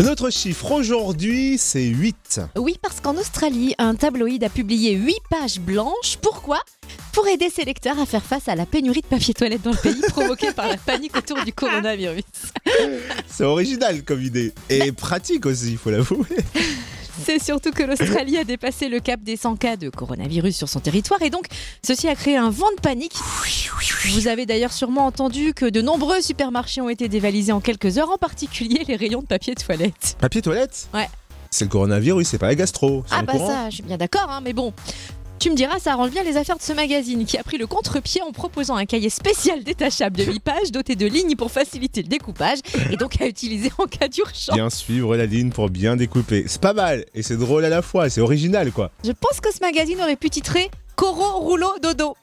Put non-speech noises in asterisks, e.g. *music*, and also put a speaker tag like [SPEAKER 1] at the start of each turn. [SPEAKER 1] Notre chiffre aujourd'hui, c'est 8.
[SPEAKER 2] Oui, parce qu'en Australie, un tabloïd a publié 8 pages blanches. Pourquoi Pour aider ses lecteurs à faire face à la pénurie de papier toilette dans le *laughs* pays provoquée par la panique autour du coronavirus.
[SPEAKER 1] C'est original comme idée. Et pratique aussi, il faut l'avouer.
[SPEAKER 2] C'est surtout que l'Australie a dépassé le cap des 100 cas de coronavirus sur son territoire et donc ceci a créé un vent de panique. Vous avez d'ailleurs sûrement entendu que de nombreux supermarchés ont été dévalisés en quelques heures, en particulier les rayons de papier toilette.
[SPEAKER 1] Papier toilette
[SPEAKER 2] Ouais.
[SPEAKER 1] C'est le coronavirus, c'est pas la gastro. c'est
[SPEAKER 2] Ah
[SPEAKER 1] au
[SPEAKER 2] bah
[SPEAKER 1] courant.
[SPEAKER 2] ça, je suis bien d'accord, hein, mais bon. Tu me diras, ça arrange bien les affaires de ce magazine qui a pris le contre-pied en proposant un cahier spécial détachable de 8 pages doté de lignes pour faciliter le découpage et donc à utiliser en cas d'urgence.
[SPEAKER 1] Bien suivre la ligne pour bien découper. C'est pas mal et c'est drôle à la fois, c'est original quoi.
[SPEAKER 2] Je pense que ce magazine aurait pu titrer Coro rouleau dodo.